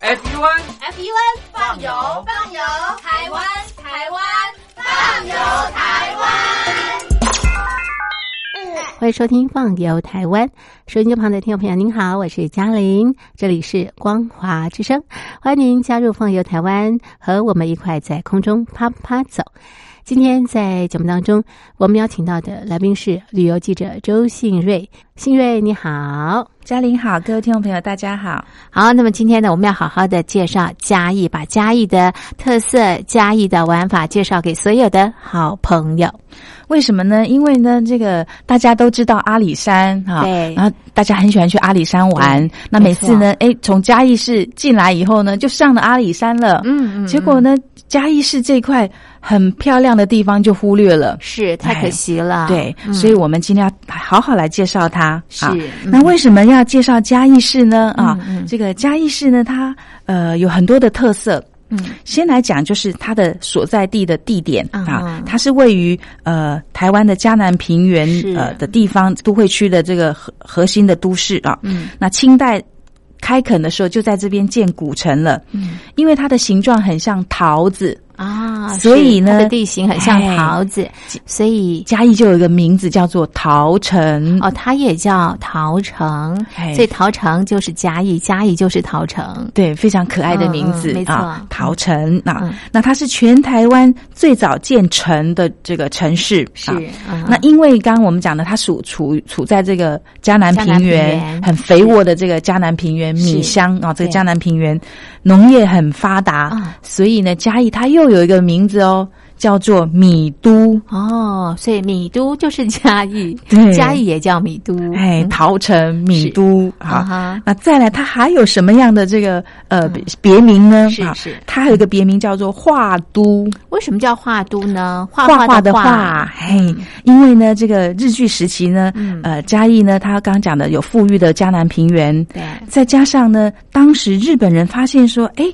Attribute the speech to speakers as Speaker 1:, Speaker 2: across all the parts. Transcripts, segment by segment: Speaker 1: FUN
Speaker 2: F U N 放油放油，台湾台湾放油台湾。
Speaker 3: 欢迎收听《放游台湾》，收音机旁的听众朋友，您好，我是嘉玲，这里是光华之声，欢迎您加入《放游台湾》，和我们一块在空中啪啪走。今天在节目当中，我们邀请到的来宾是旅游记者周信瑞，信瑞你好。
Speaker 4: 嘉玲好，各位听众朋友，大家好。
Speaker 3: 好，那么今天呢，我们要好好的介绍嘉义，把嘉义的特色、嘉义的玩法介绍给所有的好朋友。
Speaker 4: 为什么呢？因为呢，这个大家都知道阿里山哈，
Speaker 3: 对
Speaker 4: 然后大家很喜欢去阿里山玩。那每次呢，哎，从嘉义市进来以后呢，就上了阿里山了。
Speaker 3: 嗯嗯
Speaker 4: 结果呢，嘉义市这块很漂亮的地方就忽略了。
Speaker 3: 是太可惜了。
Speaker 4: 哎对，
Speaker 3: 嗯
Speaker 4: 所以我们今天要好好来介绍它。
Speaker 3: 是
Speaker 4: 啊
Speaker 3: 嗯
Speaker 4: 那为什么要介绍嘉义市呢？啊，
Speaker 3: 嗯嗯
Speaker 4: 这个嘉义市呢，它呃有很多的特色。
Speaker 3: 嗯，
Speaker 4: 先来讲就是它的所在地的地点、
Speaker 3: 嗯
Speaker 4: 啊，它是位于呃台湾的嘉南平原
Speaker 3: 是
Speaker 4: 呃的地方都会区的这个核核心的都市啊。
Speaker 3: 嗯
Speaker 4: 那清代开垦的时候就在这边建古城了，
Speaker 3: 嗯
Speaker 4: 因为它的形状很像桃子，
Speaker 3: 啊，
Speaker 4: 所以
Speaker 3: 是
Speaker 4: 呢
Speaker 3: 它的地形很像
Speaker 4: 哎
Speaker 3: 桃子，所以
Speaker 4: 嘉义就有一个名字叫做桃城。
Speaker 3: 哦，它也叫桃城，
Speaker 4: 哎
Speaker 3: 所以桃城就是嘉义，嘉义就是桃城。
Speaker 4: 对，非常可爱的名
Speaker 3: 嗯嗯
Speaker 4: 字、
Speaker 3: 没错
Speaker 4: 啊，桃城啊，
Speaker 3: 嗯
Speaker 4: 那它是全台湾最早建成的这个城市，
Speaker 3: 是
Speaker 4: 啊，
Speaker 3: 嗯
Speaker 4: 那因为刚刚我们讲的，它属处处在这个迦南
Speaker 3: 迦南
Speaker 4: 平
Speaker 3: 平
Speaker 4: 原
Speaker 3: 原
Speaker 4: 很肥沃的这个迦南平原米
Speaker 3: 是
Speaker 4: 乡啊，这
Speaker 3: 对
Speaker 4: 个迦南平原农业很发达，
Speaker 3: 啊
Speaker 4: 所以呢，嘉义它又有一个名字哦，叫做米都，
Speaker 3: 哦，所以米都就是嘉义，
Speaker 4: 对
Speaker 3: 嘉义也叫米都。
Speaker 4: 哎，
Speaker 3: 嗯
Speaker 4: 桃城米
Speaker 3: 是
Speaker 4: 都
Speaker 3: 啊
Speaker 4: 啊。
Speaker 3: 哈，嗯
Speaker 4: 那再来，它还有什么样的这个呃别别名呢？
Speaker 3: 是
Speaker 4: 啊
Speaker 3: 是
Speaker 4: 它还有一个别名叫做画都，
Speaker 3: 为什么叫画都呢？画
Speaker 4: 画画
Speaker 3: 的
Speaker 4: 的
Speaker 3: 画，
Speaker 4: 画，嘿，因为呢，这个日据时期呢，
Speaker 3: 嗯
Speaker 4: 呃，嘉义呢，它刚讲的有富裕的迦南平原，
Speaker 3: 对，
Speaker 4: 再加上呢，当时日本人发现说，哎，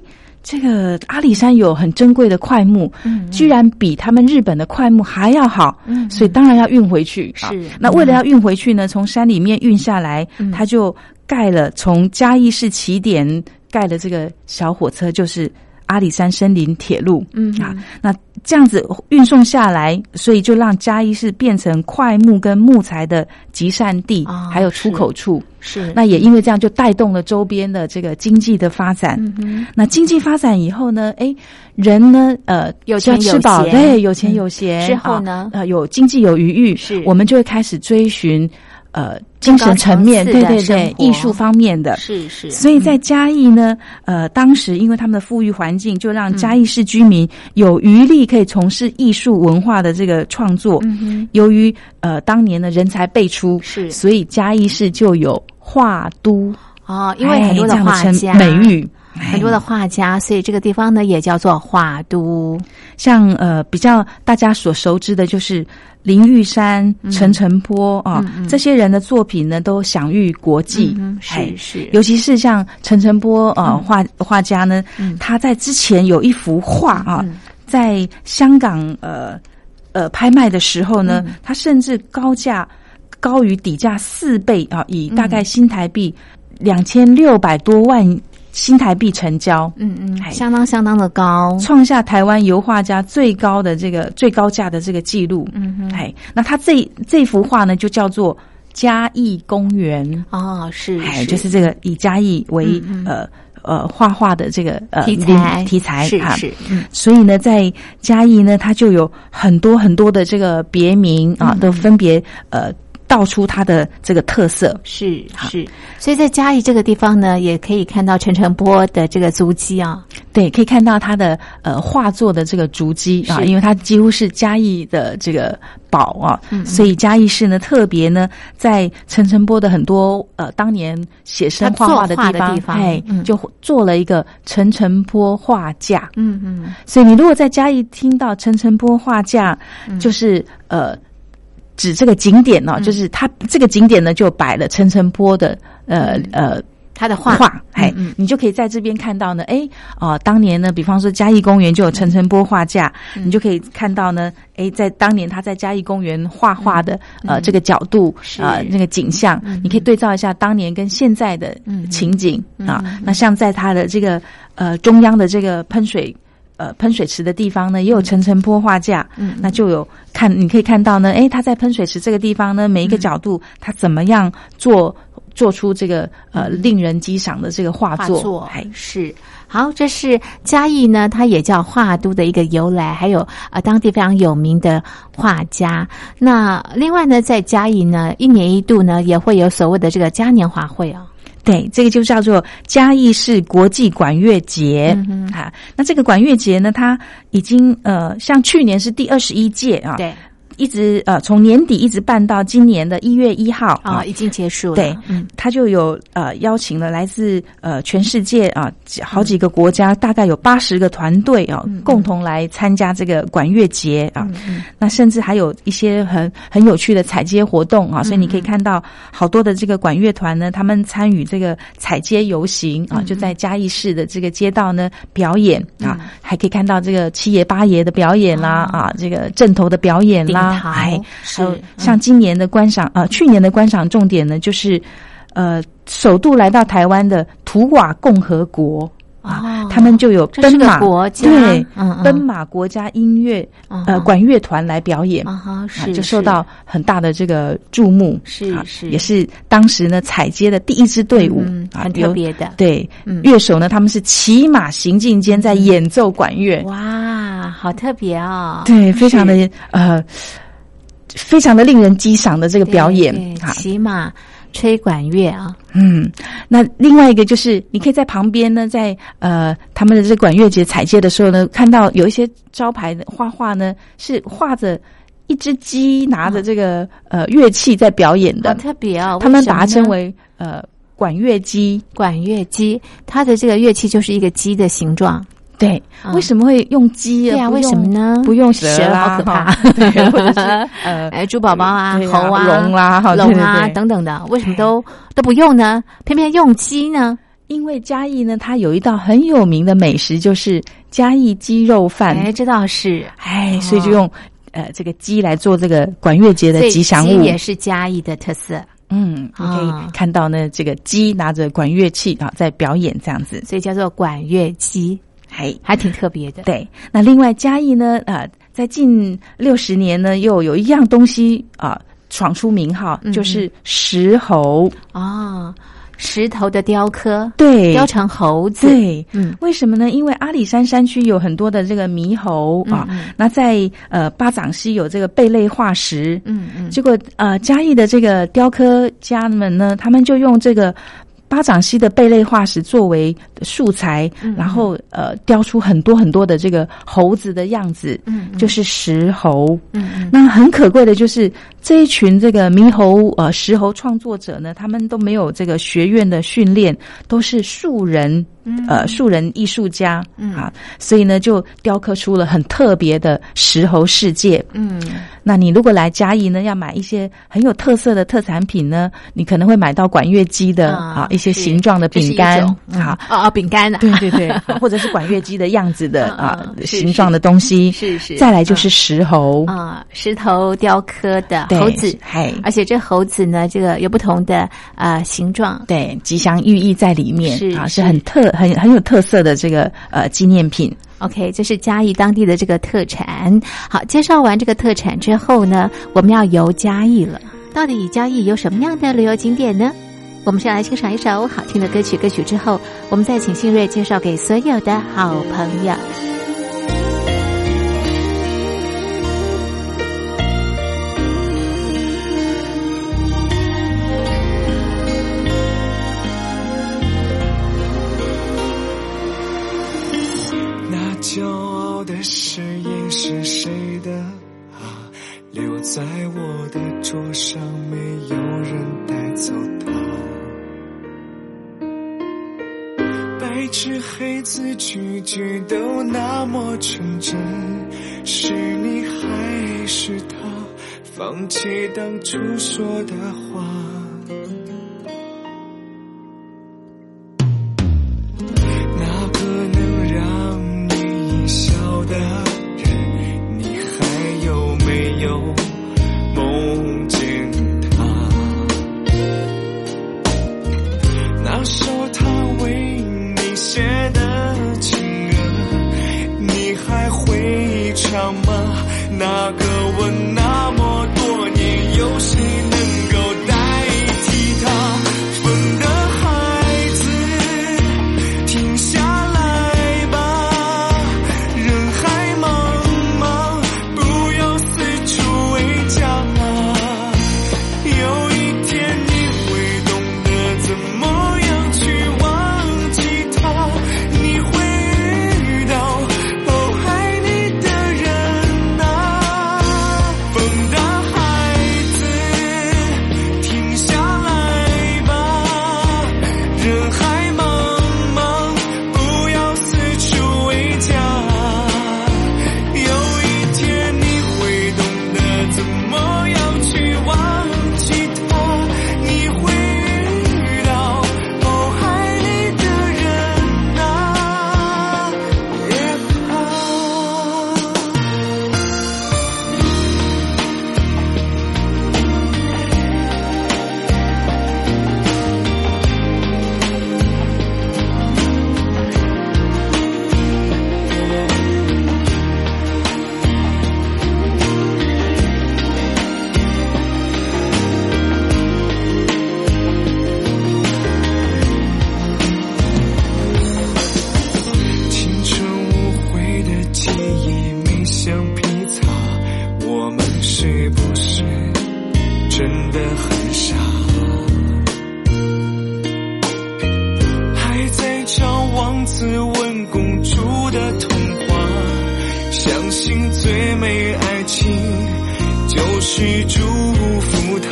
Speaker 4: 这个阿里山有很珍贵的块木，
Speaker 3: 嗯
Speaker 4: 居然比他们日本的块木还要好，
Speaker 3: 嗯
Speaker 4: 所以当然要运回去。
Speaker 3: 是
Speaker 4: 啊
Speaker 3: 嗯
Speaker 4: 那为了要运回去呢，从山里面运下来
Speaker 3: 嗯，
Speaker 4: 他就盖了从嘉义市起点盖了这个小火车，就是阿里山森林铁路。
Speaker 3: 嗯
Speaker 4: 啊，那这样子运送下来，所以就让嘉义市变成块木跟木材的集散地，
Speaker 3: 哦
Speaker 4: 还有出口处。
Speaker 3: 是
Speaker 4: 那也因为这样，就带动了周边的这个经济的发展。
Speaker 3: 嗯哼，
Speaker 4: 那经济发展以后呢？哎，人呢？呃，
Speaker 3: 有
Speaker 4: 只要
Speaker 3: 钱有
Speaker 4: 吃饱，
Speaker 3: 闲
Speaker 4: 对，有钱有闲。
Speaker 3: 之后呢
Speaker 4: 啊呃，有经济有余裕，
Speaker 3: 是
Speaker 4: 我们就会开始追寻呃精神层面，
Speaker 3: 更高层
Speaker 4: 对对
Speaker 3: 次的生
Speaker 4: 对，
Speaker 3: 活
Speaker 4: 艺术方面的。
Speaker 3: 是是，
Speaker 4: 所以在嘉义呢，
Speaker 3: 嗯
Speaker 4: 呃，当时因为他们的富裕环境，就让嘉义市居民有余力可以从事艺术文化的这个创作。
Speaker 3: 嗯哼，
Speaker 4: 由于呃当年的人才辈出，
Speaker 3: 是
Speaker 4: 所以嘉义市就有画都，
Speaker 3: 哦，因为
Speaker 4: 哎
Speaker 3: 很多
Speaker 4: 这样的
Speaker 3: 画
Speaker 4: 称
Speaker 3: 家
Speaker 4: 美哎誉。
Speaker 3: 很多的画家，所以这个地方呢也叫做画都。
Speaker 4: 像呃比较大家所熟知的就是林玉山、
Speaker 3: 嗯
Speaker 4: 陈澄波啊、这些人的作品呢都享誉国际，
Speaker 3: 嗯哼
Speaker 4: 哎
Speaker 3: 是是，
Speaker 4: 尤其是像陈澄波啊、画画家呢，他在之前有一幅画啊，
Speaker 3: 嗯
Speaker 4: 在香港呃呃拍卖的时候呢，他甚至高价高于底价四倍啊，以大概新台币两千六百多万新台币成交。
Speaker 3: 嗯嗯，
Speaker 4: 哎
Speaker 3: 相当相当的高。
Speaker 4: 创下台湾油画家最高的这个最高价的这个记录，
Speaker 3: 嗯哼，
Speaker 4: 哎，那他这这幅画呢，就叫做《嘉义公园》。
Speaker 3: 哦，是
Speaker 4: 哎，就是这个以嘉义为、
Speaker 3: 嗯嗯
Speaker 4: 呃呃画画的这个呃
Speaker 3: 题材
Speaker 4: 领题材
Speaker 3: 是
Speaker 4: 啊，
Speaker 3: 是，嗯
Speaker 4: 所以呢，在嘉义呢，它就有很多很多的这个别名
Speaker 3: 嗯
Speaker 4: 啊，都分别呃道出它的这个特色。
Speaker 3: 是是，所以在嘉义这个地方呢，也可以看到陈澄波的这个足迹啊。
Speaker 4: 对，可以看到它的呃画作的这个足迹啊，
Speaker 3: 是
Speaker 4: 因为它几乎是嘉义的这个宝啊，
Speaker 3: 嗯
Speaker 4: 所以嘉义市呢特别呢在陈澄波的很多呃当年写生
Speaker 3: 他
Speaker 4: 画
Speaker 3: 作
Speaker 4: 画的
Speaker 3: 画
Speaker 4: 地
Speaker 3: 的
Speaker 4: 方，
Speaker 3: 地方
Speaker 4: 哎，
Speaker 3: 嗯
Speaker 4: 就做了一个陈澄波画架。
Speaker 3: 嗯嗯，
Speaker 4: 所以你如果在嘉义听到陈澄波画架，
Speaker 3: 嗯
Speaker 4: 就是呃哦指这个景点呢、就是它这个景点呢就摆了陈澄波的呃呃。
Speaker 3: 他的画
Speaker 4: 画，哎，你就可以在这边看到呢，哎，哦，当年呢，比方说嘉义公园就有陈澄波画架，你就可以看到呢，哎，在当年他在嘉义公园画画的呃这个角度啊，那个景象，你可以对照一下当年跟现在的
Speaker 3: 嗯
Speaker 4: 情景啊。那像在他的这个呃中央的这个喷水。呃，喷水池的地方呢，也有层层坡画架，嗯，那就有看，你可以看到呢，诶，它在喷水池这个地方呢，每一个角度，它怎么样做做出这个呃令人激赏的这个画
Speaker 3: 画
Speaker 4: 作，
Speaker 3: 作
Speaker 4: 哎，
Speaker 3: 是好，这是嘉义呢，它也叫画都的一个由来，还有呃当地非常有名的画家。那另外呢，在嘉义呢，一年一度呢也会有所谓的这个嘉年华会哦，
Speaker 4: 对，这个就叫做嘉义市国际管乐节、嗯、啊。那这个管乐节呢，它已经呃，像去年是第二十一届啊，，
Speaker 3: 对
Speaker 4: 一直呃从年底一直办到今年的一月一号
Speaker 3: 啊、已经结束了，
Speaker 4: 对，
Speaker 3: 嗯
Speaker 4: 他就有呃邀请了来自呃全世界啊几好几个国家，大概有八十个团队啊，共同来参加这个管乐节
Speaker 3: 嗯
Speaker 4: 啊。那甚至还有一些很很有趣的踩街活动啊，所以你可以看到好多的这个管乐团呢，他们参与这个踩街游行啊，就在嘉义市的这个街道呢表演
Speaker 3: 嗯
Speaker 4: 啊，还可以看到这个七爷八爷的表演啦啊，这个镇头的表演
Speaker 3: 顶
Speaker 4: 啦，
Speaker 3: 桃
Speaker 4: 哎，还
Speaker 3: 嗯是
Speaker 4: 有
Speaker 3: 嗯
Speaker 4: 像今年的观赏啊、呃去年的观赏重点呢，就是呃，首度来到台湾的图瓦共和国啊，
Speaker 3: 哦
Speaker 4: 他们就有
Speaker 3: 这是
Speaker 4: 奔
Speaker 3: 个
Speaker 4: 马
Speaker 3: 国家，
Speaker 4: 对，
Speaker 3: 嗯嗯
Speaker 4: 奔马国家音乐
Speaker 3: 嗯
Speaker 4: 呃
Speaker 3: 嗯
Speaker 4: 管乐团来表演。
Speaker 3: 啊哈
Speaker 4: 啊
Speaker 3: 是
Speaker 4: 就受到很大的这个注目，
Speaker 3: 是
Speaker 4: 啊
Speaker 3: 是
Speaker 4: 也是当时呢踩街的第一支队伍，
Speaker 3: 嗯
Speaker 4: 啊
Speaker 3: 很
Speaker 4: 由
Speaker 3: 特别的，
Speaker 4: 对，
Speaker 3: 嗯
Speaker 4: 乐手呢他们是骑马行进间在演奏管乐，
Speaker 3: 哇，好特别哦，
Speaker 4: 对，非常的呃，非常的令人激赏的这个
Speaker 3: 对
Speaker 4: 表演
Speaker 3: 对
Speaker 4: 啊，
Speaker 3: 骑马吹管乐啊，
Speaker 4: 嗯，那另外一个就是，你可以在旁边呢，在呃他们的这管乐节踩街的时候呢，看到有一些招牌的画画呢，是画着一只鸡拿着这个、呃乐器在表演
Speaker 3: 好
Speaker 4: 的，
Speaker 3: 特别哦，
Speaker 4: 他们把它
Speaker 3: 为什么
Speaker 4: 称
Speaker 3: 呢
Speaker 4: 为呃管乐鸡。
Speaker 3: 管乐鸡，它的这个乐器就是一个鸡的形状。
Speaker 4: 对，
Speaker 3: 嗯
Speaker 4: 为什么会用鸡
Speaker 3: 对
Speaker 4: 啊？
Speaker 3: 呀，
Speaker 4: 不
Speaker 3: 为
Speaker 4: 用
Speaker 3: 什么？呢？
Speaker 4: 不用
Speaker 3: 蛇
Speaker 4: 蛇啦
Speaker 3: 好可怕
Speaker 4: 哈。对，
Speaker 3: 啊
Speaker 4: 或者 是呃
Speaker 3: 哎，猪宝宝啊，
Speaker 4: 对
Speaker 3: 猴
Speaker 4: 啊
Speaker 3: 啊，
Speaker 4: 龙啦哈对
Speaker 3: 龙
Speaker 4: 对
Speaker 3: 啊
Speaker 4: 对
Speaker 3: 等等的，为什么都都不用呢？偏偏用鸡呢？
Speaker 4: 因为嘉义呢，它有一道很有名的美食，就是嘉义鸡肉饭。
Speaker 3: 哎，这倒是。
Speaker 4: 哎
Speaker 3: 哦，
Speaker 4: 所以就用呃这个鸡来做这个管乐节
Speaker 3: 所
Speaker 4: 的
Speaker 3: 以
Speaker 4: 吉祥
Speaker 3: 鸡
Speaker 4: 物。
Speaker 3: 也是嘉义的特色，
Speaker 4: 嗯，你可
Speaker 3: 啊
Speaker 4: 以看到呢，这个鸡拿着管乐器啊在表演这样子。
Speaker 3: 所以叫做管乐鸡，
Speaker 4: 嘿，
Speaker 3: 还挺特别的。
Speaker 4: 对。那另外嘉义呢，呃，在近六十年呢，又有一样东西啊、闯出名号，
Speaker 3: 嗯
Speaker 4: 就是石猴。
Speaker 3: 哦，石头的雕刻，
Speaker 4: 对，
Speaker 3: 雕成猴子，
Speaker 4: 对，
Speaker 3: 嗯，
Speaker 4: 为什么呢？因为阿里山山区有很多的这个猕猴
Speaker 3: 嗯
Speaker 4: 啊，那在呃巴掌溪有这个贝类化石，
Speaker 3: 嗯嗯，
Speaker 4: 结果呃，嘉义的这个雕刻家们呢，他们就用这个巴掌溪的贝类化石作为素材，
Speaker 3: 嗯
Speaker 4: 然后呃，雕出很多很多的这个猴子的样子，
Speaker 3: 嗯
Speaker 4: 就是石猴。
Speaker 3: 嗯嗯
Speaker 4: 那很可贵的就是这一群这个猕猴呃石猴创作者呢，他们都没有这个学院的训练，都是素人
Speaker 3: 嗯
Speaker 4: 呃素人艺术家、啊，所以呢就雕刻出了很特别的石猴世界。
Speaker 3: 嗯，
Speaker 4: 那你如果来嘉义呢，要买一些很有特色的特产品呢，你可能会买到管乐鸡的
Speaker 3: 啊
Speaker 4: 啊一些
Speaker 3: 是
Speaker 4: 形状的
Speaker 3: 这是
Speaker 4: 饼
Speaker 3: 一
Speaker 4: 干
Speaker 3: 种嗯
Speaker 4: 啊，
Speaker 3: 哦哦，饼干啊，
Speaker 4: 对对对，啊或者是管乐鸡的样 子的
Speaker 3: 啊
Speaker 4: 啊
Speaker 3: 啊是
Speaker 4: 形状的东西。
Speaker 3: 是是。嗯
Speaker 4: 再来就是石猴，
Speaker 3: 啊，石头雕刻的
Speaker 4: 对
Speaker 3: 猴子，哎
Speaker 4: 嘿，
Speaker 3: 而且这猴子呢，这个有不同的呃形状。
Speaker 4: 对，吉祥寓意在里面
Speaker 3: 是
Speaker 4: 啊，
Speaker 3: 是
Speaker 4: 是很特很很有特色的这个呃纪念品。
Speaker 3: OK，这是嘉义当地的这个特产。好，介绍完这个特产之后呢，我们要游嘉义了。到底嘉义有什么样的旅游景点呢？我们先来欣赏一首好听的歌曲，歌曲之后，我们再请信瑞介绍给所有的好朋友。
Speaker 1: 那骄傲的誓言是谁的啊？留在我的桌上，没有人带走它。白纸黑字，句句都那么纯真，是你还是他？放弃当初说的话。啊哦啊啊王子吻公主的童话，相信最美爱情就是祝福她，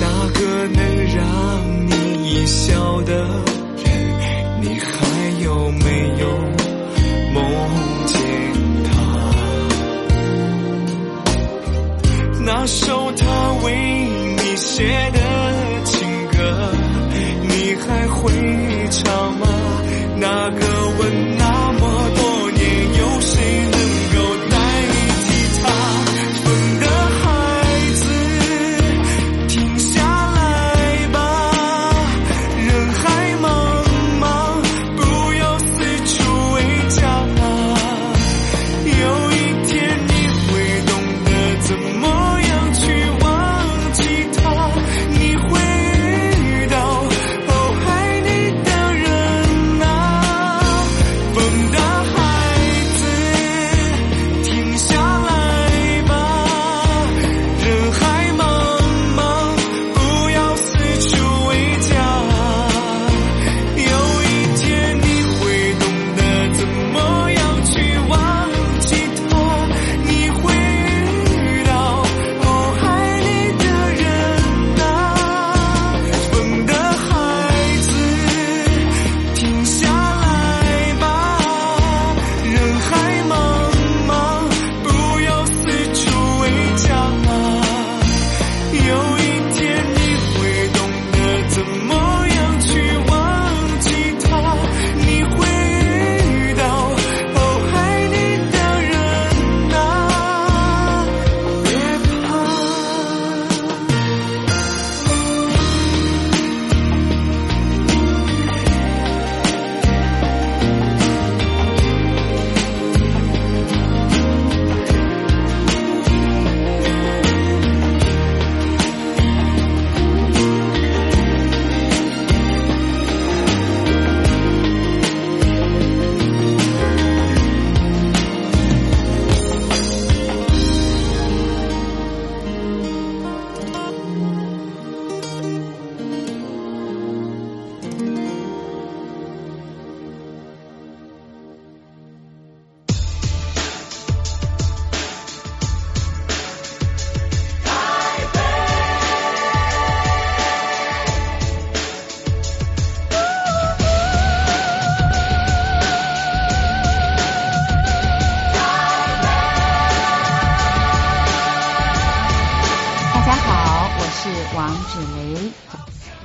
Speaker 1: 那个能让你一笑的人，你还有没有梦见他？那首他为你写的情歌，你还会唱吗？那个吻那么多年，有谁能够代替他？风的孩子，停下来吧，人海茫茫，不要四处为家啊。有一天你会懂得怎么样去忘记他，你会遇到哦爱你的人啊，风的孩子，停下来吧，人海茫茫，不要四处为家。有一天你会懂得怎么样去忘记他，你会遇到哦爱你的人啊，风的孩子，停下来吧，人海茫茫，不要四处为家啊。有一天你会懂得怎么样去忘记他，你会遇到哦爱你的人啊，别怕。
Speaker 5: 大家好，我是王芷雷。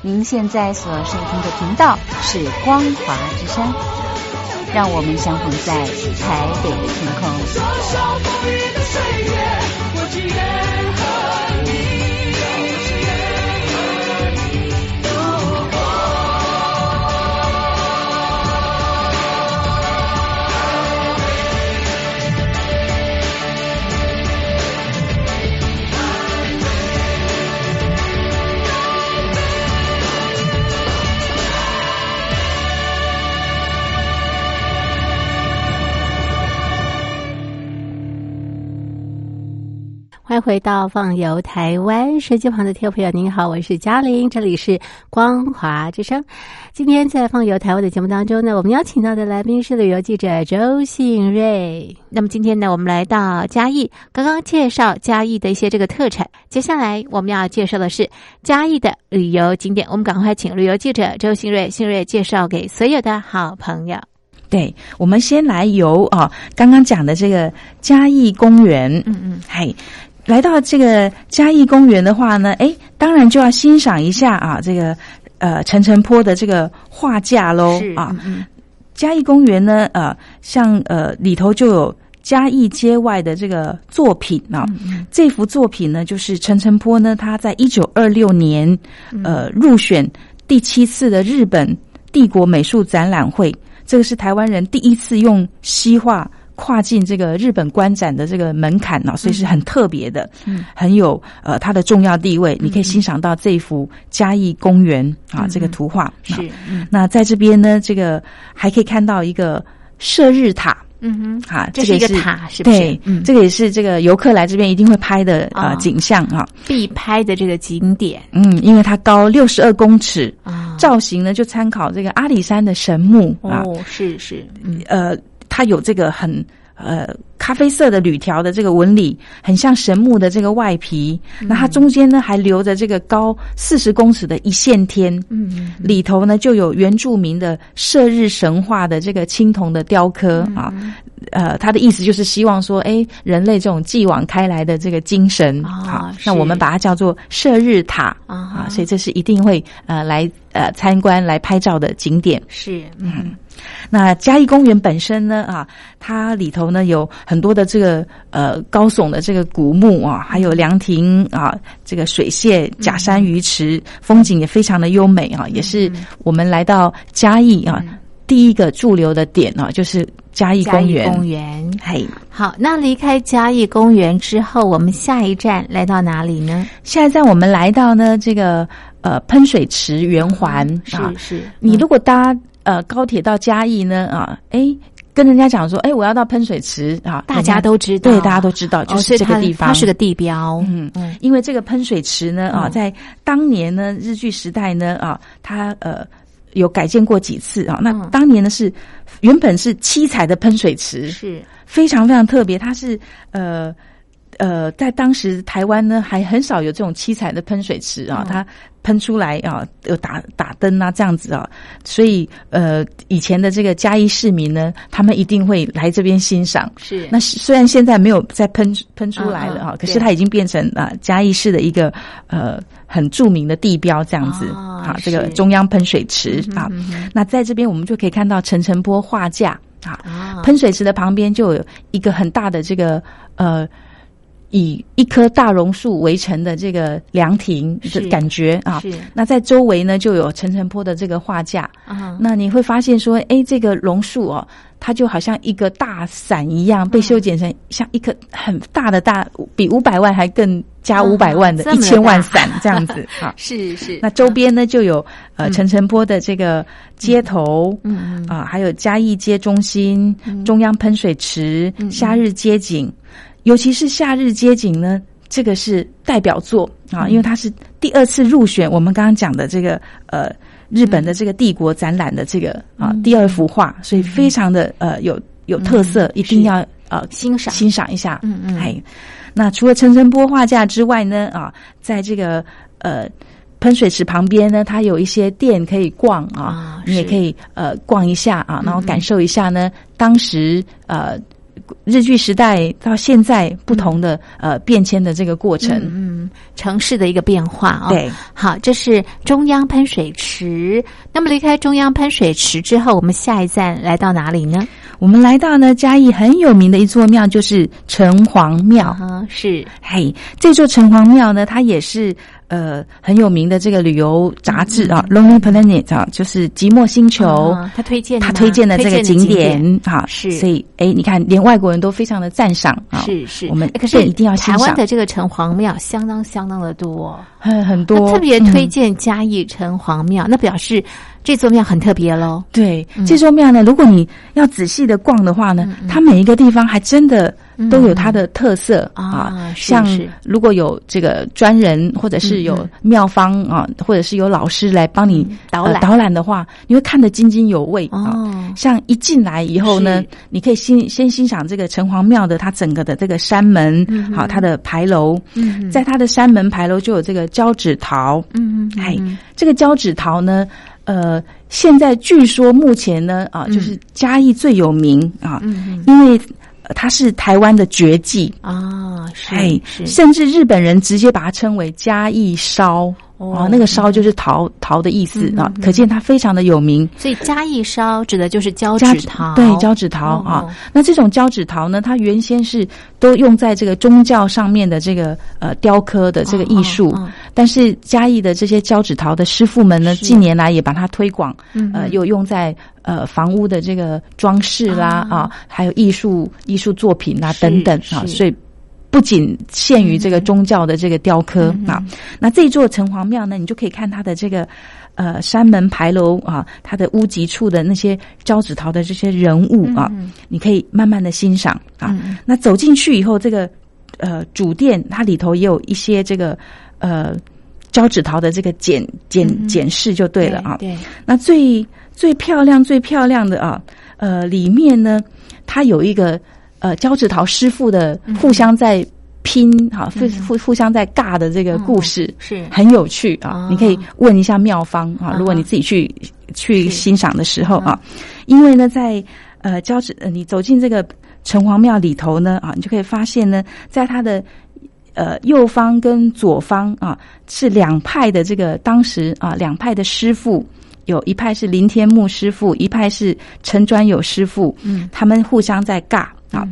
Speaker 5: 您现在所收听的频道是光华之声，让我们相逢在台北的天空。
Speaker 3: 欢迎回到放游台湾，手机旁的听众朋友，您好，我是嘉玲，这里是光华之声。今天在放游台湾的节目当中呢，我们邀请到的来宾是旅游记者周信瑞。那么今天呢，我们来到嘉义，刚刚介绍嘉义的一些这个特产，接下来我们要介绍的是嘉义的旅游景点。我们赶快请旅游记者周信瑞，信瑞介绍给所有的好朋友。
Speaker 4: 对，我们先来由啊，刚刚讲的这个嘉义公园，
Speaker 3: 嗯嗯，
Speaker 4: 嘿，来到这个嘉义公园的话呢，哎，当然就要欣赏一下啊，这个呃陈澄坡的这个画架喽啊。
Speaker 3: 嗯
Speaker 4: 嘉义公园呢，呃，像呃里头就有嘉义街外的这个作品啊。
Speaker 3: 嗯
Speaker 4: 这幅作品呢，就是陈澄坡呢，他在一九二六年
Speaker 3: 嗯
Speaker 4: 呃入选第七次的日本帝国美术展览会，这个是台湾人第一次用西画。跨进这个日本观展的这个门槛呢、所以是很特别的，
Speaker 3: 嗯
Speaker 4: 很有呃它的重要地位。你可以欣赏到这幅嘉义公园啊这个图画。
Speaker 3: 是，嗯
Speaker 4: 那在这边呢，这个还可以看到一个射日塔
Speaker 3: 嗯哼，
Speaker 4: 哈，
Speaker 3: 这
Speaker 4: 个
Speaker 3: 是一个
Speaker 4: 也是
Speaker 3: 塔是不是
Speaker 4: 对
Speaker 3: 嗯，
Speaker 4: 这个也是这个游客来这边一定会拍的
Speaker 3: 啊
Speaker 4: 呃景象哈。
Speaker 3: 必拍的这个景点
Speaker 4: 嗯，因为它高六十二公尺，
Speaker 3: 啊
Speaker 4: 造型呢就参考这个阿里山的神木啊，
Speaker 3: 哦，是是，嗯
Speaker 4: 呃，它有这个很呃咖啡色的铝条的这个纹理，很像神木的这个外皮。
Speaker 3: 嗯
Speaker 4: 那它中间呢还留着这个高四十公尺的一线天，
Speaker 3: 嗯
Speaker 4: 里头呢就有原住民的射日神话的这个青铜的雕刻啊。
Speaker 3: 嗯
Speaker 4: 呃，他的意思就是希望说，哎，人类这种继往开来的这个精神，
Speaker 3: 啊
Speaker 4: 好，
Speaker 3: 是
Speaker 4: 那我们把它叫做射日塔
Speaker 3: 啊
Speaker 4: 啊，所以这是一定会呃来呃参观来拍照的景点。
Speaker 3: 是嗯
Speaker 4: 那嘉义公园本身呢啊，它里头呢有很多的这个呃高耸的这个古墓啊，还有凉亭啊，这个水榭、假山鱼池，风景也非常的优美
Speaker 3: 嗯
Speaker 4: 啊，也是我们来到嘉义啊、第一个驻留的点啊，就是嘉义
Speaker 3: 嘉
Speaker 4: 公
Speaker 3: 义
Speaker 4: 园。
Speaker 3: 公园。
Speaker 4: 嘿，
Speaker 3: 好，那离开嘉义公园之后，我们下一站来到哪里呢？
Speaker 4: 现在在我们来到呢这个呃喷水池圆环啊，
Speaker 3: 是是，
Speaker 4: 你
Speaker 3: 嗯
Speaker 4: 如果搭呃高铁到嘉义呢啊，哎。跟人家讲说，哎，我要到喷水池啊，
Speaker 3: 大
Speaker 4: 人家
Speaker 3: 家都知道，
Speaker 4: 对，大家都知道，就
Speaker 3: 哦所
Speaker 4: 是
Speaker 3: 以
Speaker 4: 这个
Speaker 3: 它
Speaker 4: 地方。
Speaker 3: 它是个地标。
Speaker 4: 嗯
Speaker 3: 嗯，
Speaker 4: 因为这个喷水池呢啊，
Speaker 3: 嗯
Speaker 4: 在当年呢日据时代呢啊，它呃有改建过几次啊。那
Speaker 3: 嗯
Speaker 4: 当年呢是原本是七彩的喷水池，
Speaker 3: 是
Speaker 4: 非常非常特别，它是呃。呃，在当时台湾呢，还很少有这种七彩的喷水池啊，
Speaker 3: 嗯
Speaker 4: 它喷出来啊，有打打灯啊，这样子啊，所以呃，以前的这个嘉义市民呢，他们一定会来这边欣赏。
Speaker 3: 是
Speaker 4: 那是虽然现在没有再喷喷出来了
Speaker 3: 嗯嗯
Speaker 4: 哈、可是
Speaker 3: 对
Speaker 4: 它已经变成啊、嘉义市的一个呃很著名的地标这样子
Speaker 3: 哦
Speaker 4: 啊，这个
Speaker 3: 是
Speaker 4: 中央喷水池
Speaker 3: 嗯
Speaker 4: 啊
Speaker 3: 哼。嗯
Speaker 4: 那在这边我们就可以看到陈澄波画架啊，
Speaker 3: 哼啊，
Speaker 4: 喷水池的旁边就有一个很大的这个呃。以一棵大榕树围成的这个凉亭
Speaker 3: 是
Speaker 4: 的感觉啊，
Speaker 3: 是
Speaker 4: 那在周围呢就有陈澄波的这个画架，
Speaker 3: 啊，
Speaker 4: 那你会发现说，哎，这个榕树哦，它就好像一个大伞一样，
Speaker 3: 嗯
Speaker 4: 被修剪成像一棵很大的大，比五百万还更加
Speaker 3: 嗯
Speaker 4: 五百万的
Speaker 3: 这
Speaker 4: 一
Speaker 3: 么
Speaker 4: 千万
Speaker 3: 大
Speaker 4: 伞这 样子啊。
Speaker 3: 是是
Speaker 4: 那周边呢就有呃陈澄波的这个街头。
Speaker 3: 嗯嗯
Speaker 4: 啊，还有嘉义街中心、中央喷水池、
Speaker 3: 嗯
Speaker 4: 夏日街景，尤其是夏日街景呢，这个是代表作
Speaker 3: 嗯
Speaker 4: 啊，因为它是第二次入选我们刚刚讲的这个呃日本
Speaker 3: 嗯
Speaker 4: 的这个帝国展览的这个啊第二幅画，所以非常的呃有有特色，一定要呃
Speaker 3: 欣赏
Speaker 4: 欣赏一下。
Speaker 3: 嗯嗯
Speaker 4: 哎，那除了陈澄波画架之外呢，啊，在这个呃。喷水池旁边呢，它有一些店可以逛啊
Speaker 3: 啊，
Speaker 4: 你也
Speaker 3: 是嗯
Speaker 4: 可以呃逛一下啊，然后感受一下呢，当时呃日据时代到现在不同的、呃变迁的这个过程。
Speaker 3: 嗯，城市的一个变化啊、
Speaker 4: 对，
Speaker 3: 好，这是中央喷水池。那么离开中央喷水池之后，我们下一站来到哪里呢？
Speaker 4: 我们来到呢嘉义很有名的一座庙，就是城隍庙。
Speaker 3: 啊，是
Speaker 4: 嘿，这座城隍庙呢，它也是呃很有名的这个旅游杂志啊，Lonely Planet》啊，就是《寂寞星球》
Speaker 3: 嗯啊他推荐的吗
Speaker 4: 他推荐的这个景
Speaker 3: 推荐的景
Speaker 4: 点啊，
Speaker 3: 是
Speaker 4: 所以哎，你看，连外国人都非常的赞赏啊，
Speaker 3: 是是，
Speaker 4: 我们
Speaker 3: 哎可是
Speaker 4: 一定要欣
Speaker 3: 台湾
Speaker 4: 赏
Speaker 3: 的这个城隍庙相当相当的多，
Speaker 4: 很很
Speaker 3: 他
Speaker 4: 多
Speaker 3: 特别推
Speaker 4: 嗯
Speaker 3: 荐嘉义城隍庙，那表示这座庙很特别喽。
Speaker 4: 对
Speaker 3: 嗯
Speaker 4: 这座庙呢，如果你要仔细的逛的话呢，它每一个地方还真的嗯都有它的特色
Speaker 3: 嗯
Speaker 4: 啊
Speaker 3: 啊。是
Speaker 4: 像
Speaker 3: 是
Speaker 4: 如果有这个专人，或者是有妙方啊，或者是有老师来帮你
Speaker 3: 嗯导
Speaker 4: 呃
Speaker 3: 览
Speaker 4: 导览的话，你会看得津津有味啊。
Speaker 3: 哦，
Speaker 4: 像一进来以后呢
Speaker 3: 是，
Speaker 4: 你可以欣先欣赏这个城隍庙的它整个的这个山门，好、它的牌楼，
Speaker 3: 嗯
Speaker 4: 在它的山门牌楼就有这个交趾桃，
Speaker 3: 嗯嗯，
Speaker 4: 哎，这个交趾桃呢，呃，现在据说目前呢，啊，就是嘉义最有名啊，
Speaker 3: 嗯
Speaker 4: 因为呃它是台湾的绝技，
Speaker 3: 啊，是
Speaker 4: 哎，
Speaker 3: 是
Speaker 4: 甚至日本人直接把它称为嘉义烧。
Speaker 3: 哦嗯
Speaker 4: 哦，那个烧就是桃桃的意思啊，可见它非常的有名。
Speaker 3: 所以嘉义烧指的就是胶
Speaker 4: 胶
Speaker 3: 纸桃，
Speaker 4: 对胶纸桃、
Speaker 3: 哦
Speaker 4: 啊。那这种胶纸桃呢，它原先是都用在这个宗教上面的这个呃雕刻的这个艺术，
Speaker 3: 哦哦哦
Speaker 4: 但是嘉义的这些胶纸桃的师傅们呢，
Speaker 3: 是
Speaker 4: 近年来也把它推广，
Speaker 3: 嗯
Speaker 4: 呃，又用在呃房屋的这个装饰啦
Speaker 3: 啊
Speaker 4: 啊还有艺术艺术作品啦
Speaker 3: 是
Speaker 4: 等等
Speaker 3: 是
Speaker 4: 啊，
Speaker 3: 嗯
Speaker 4: 所以。不仅限啊于这个宗教的这个雕刻、啊，那这座城隍庙呢，你就可以看它的这个呃山门牌楼啊，它的屋脊处的那些交趾陶的这些人
Speaker 3: 嗯
Speaker 4: 物啊，你可以慢慢的欣赏啊。那走进去以后，这个呃主殿它里头也有一些这个呃交趾陶的这个检
Speaker 3: 嗯
Speaker 4: 检检视就对了啊。
Speaker 6: 对，
Speaker 4: 那最最漂亮、最漂亮的啊，呃，里面呢，它有一个呃胶纸陶师傅的互相在拼哈，互互互相在尬的这个故事，
Speaker 3: 是
Speaker 4: 很有趣
Speaker 3: 哦
Speaker 4: 啊！你可以问一下妙方啊，如果你自己去去欣赏的时候啊，因为呢，在呃胶纸，呃你走进这个城隍庙里头呢啊，你就可以发现呢，在它的呃右方跟左方啊，是两派的这个当时啊两派的师傅。有一派是林天木师傅，一派是陈专友师傅，嗯，他们互相在尬
Speaker 3: 嗯
Speaker 4: 啊。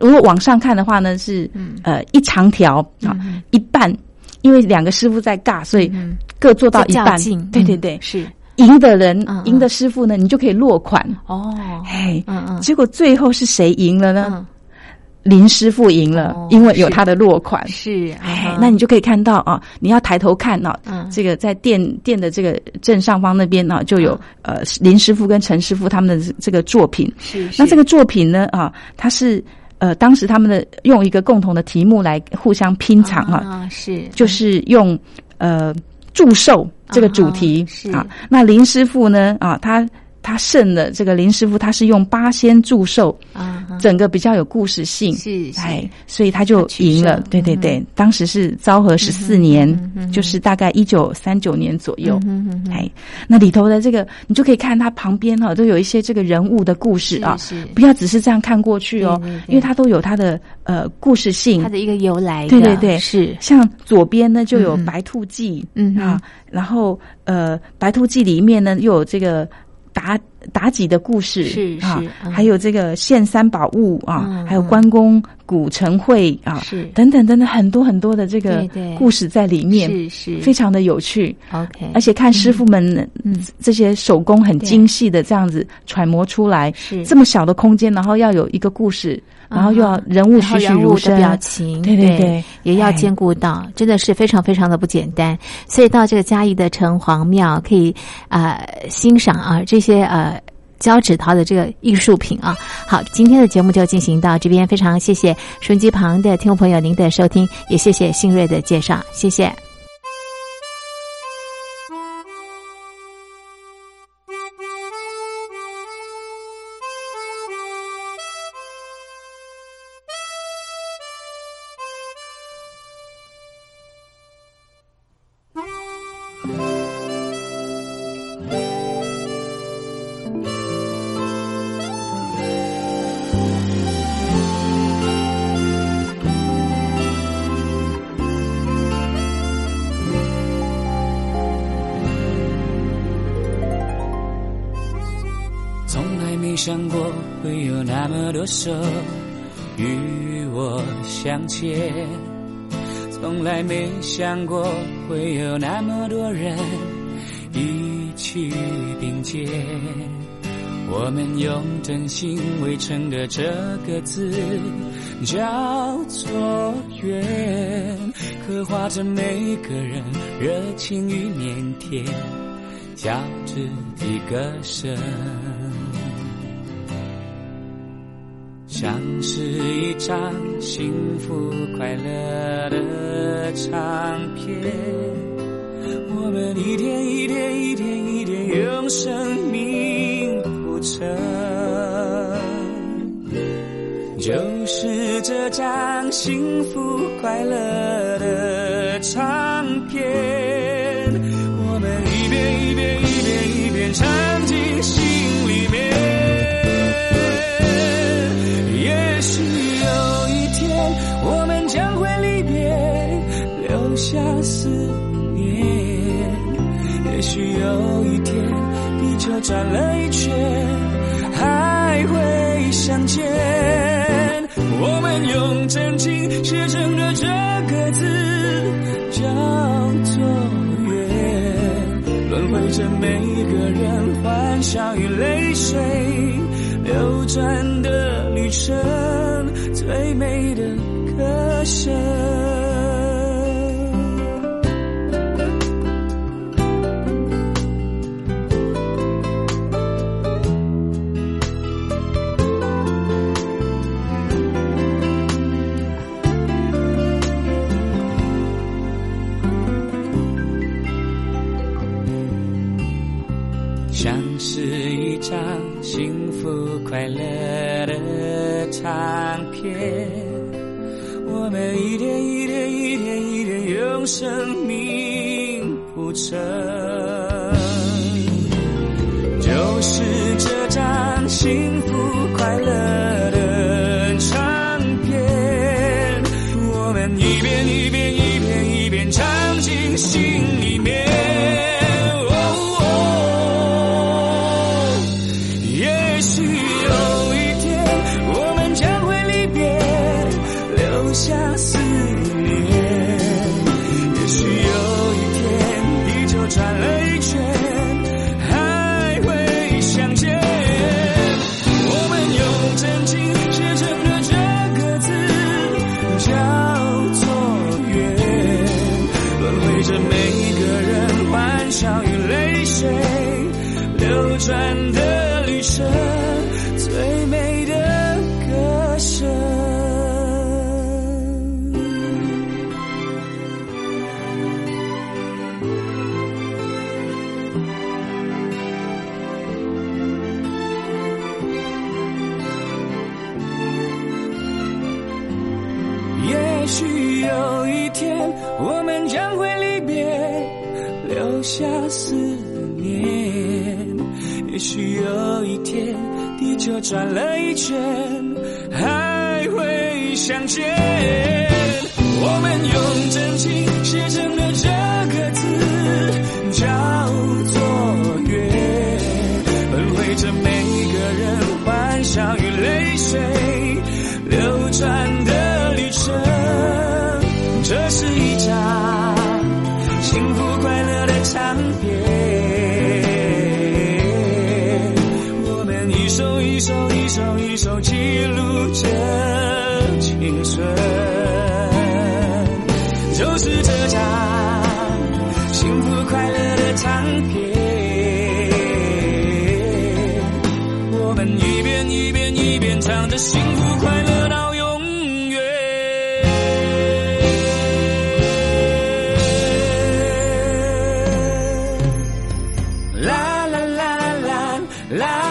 Speaker 4: 如果往上看的话呢，是、呃一长条
Speaker 3: 嗯
Speaker 4: 啊，一半，因为两个师傅在尬，所以各做到一
Speaker 6: 在较
Speaker 4: 半
Speaker 6: 劲。
Speaker 4: 对对对，
Speaker 6: 是
Speaker 4: 赢的人
Speaker 3: 嗯嗯，
Speaker 4: 赢的师傅呢，你就可以落款。
Speaker 6: 哦，
Speaker 4: 哎，
Speaker 3: 嗯嗯
Speaker 4: 结果最后是谁赢了呢
Speaker 3: 嗯？
Speaker 4: 林师傅赢了
Speaker 3: 哦，
Speaker 4: 因为有他的落款。
Speaker 3: 是，
Speaker 4: 哎，那你就可以看到啊，你要抬头看啊，
Speaker 3: 嗯
Speaker 4: 这个在店店的这个正上方那边呢、就有
Speaker 3: 嗯
Speaker 4: 呃林师傅跟陈师傅他们的这个作品。
Speaker 3: 是
Speaker 4: 那这个作品呢啊，它是呃当时他们的用一个共同的题目来互相拼场啊，
Speaker 3: 啊是
Speaker 4: 就是用呃祝寿这个主题
Speaker 3: 啊是
Speaker 4: 啊。那林师傅呢啊，他他胜了这个林师傅，他是用八仙祝寿，
Speaker 3: 啊哈
Speaker 4: 整个比较有故事性。
Speaker 3: 是嗯是
Speaker 4: 哎，所以他就赢了
Speaker 3: 他取胜。嗯
Speaker 4: 对对对，当时是昭和十四年，就是大概一九三九年左右。
Speaker 3: 嗯哼
Speaker 4: 哎，那里头的这个，你就可以看它旁边哈、都有一些这个人物的故事啊，
Speaker 3: 是
Speaker 4: 不要只是这样看过去哦，
Speaker 3: 对对对
Speaker 4: 因为它都有它的呃故事性
Speaker 3: 它。的一个由来的，
Speaker 4: 对对对
Speaker 3: 是
Speaker 4: 像左边呢就有
Speaker 3: 嗯嗯
Speaker 4: 白兔记，
Speaker 3: 嗯哼
Speaker 4: 啊，然后呃白兔记里面呢又有这个妲妲己的故事，
Speaker 3: 是
Speaker 4: 啊
Speaker 3: 是，嗯
Speaker 4: 还有这个献三宝物啊，
Speaker 3: 嗯
Speaker 4: 还有
Speaker 3: 嗯
Speaker 4: 关公古城会啊，
Speaker 3: 是
Speaker 4: 等等等等很多很多的这个
Speaker 3: 对对
Speaker 4: 故事在里面，
Speaker 3: 是是
Speaker 4: 非常的有趣。
Speaker 3: OK，嗯
Speaker 4: 而且看师傅们这些手工很精细的这样子揣摩出来，
Speaker 3: 是嗯
Speaker 4: 这么小的空间，然后要有一个故事，然后又要人物
Speaker 3: 然后
Speaker 4: 栩栩
Speaker 3: 人
Speaker 4: 如
Speaker 3: 物的
Speaker 4: 生，
Speaker 3: 表情，
Speaker 4: 对对对
Speaker 3: 也要
Speaker 4: 哎
Speaker 3: 兼顾到，真的是非常非常的不简单。所以到这个嘉义的城隍庙，可以呃欣赏啊这些呃。胶纸陶的这个艺术品啊，好，今天的节目就进行到这边，非常谢谢收音机旁的听众朋友您的收听，也谢谢新锐的介绍，谢谢。
Speaker 1: 从来没想过会有那么多手与我相牵，从来没想过会有那么多人一起并肩。我们用真心围成的这个字叫做缘，刻画着每个人热情与腼腆。交织一个身，像是一张幸福快乐的唱片。我们一天一天一天一天用生命谱成，就是这张幸福快乐的唱片。我们一遍一遍一遍一遍唱进心里面。也许有一天，我们将会离别，留下思念。也许有一天，地球转了一圈，还会相见。我们用真情写成的这个字叫做缘，轮回着每个人欢笑与泪水，流转的旅程，最美的歌声。是一张幸福快乐的唱片，我们一天一天一天一天用生命谱成。就是这张幸福快乐的唱片，我们一遍一遍一遍一遍唱进心里面。哦哦也许有一天我们将会离别，留下思念。也许有一天地球转了一圈，还会相见。我们用真情写成的这个字叫做缘，轮回着每一个人欢笑与泪水，流转的旅程，最美的歌声。也许有一天，我们将会离别，留下思念。也许有一天，地球转了一圈，还会相见。我们用真情写成的这个字，叫做缘。轮回着每一个人欢笑与泪水，流转的旅程。这是一张幸福快乐的唱片，我们一首一首一首一首记录着青春。就是这张幸福快乐的唱片。我们一遍一遍一遍唱着幸福快乐到永远。啦啦啦啦啦啦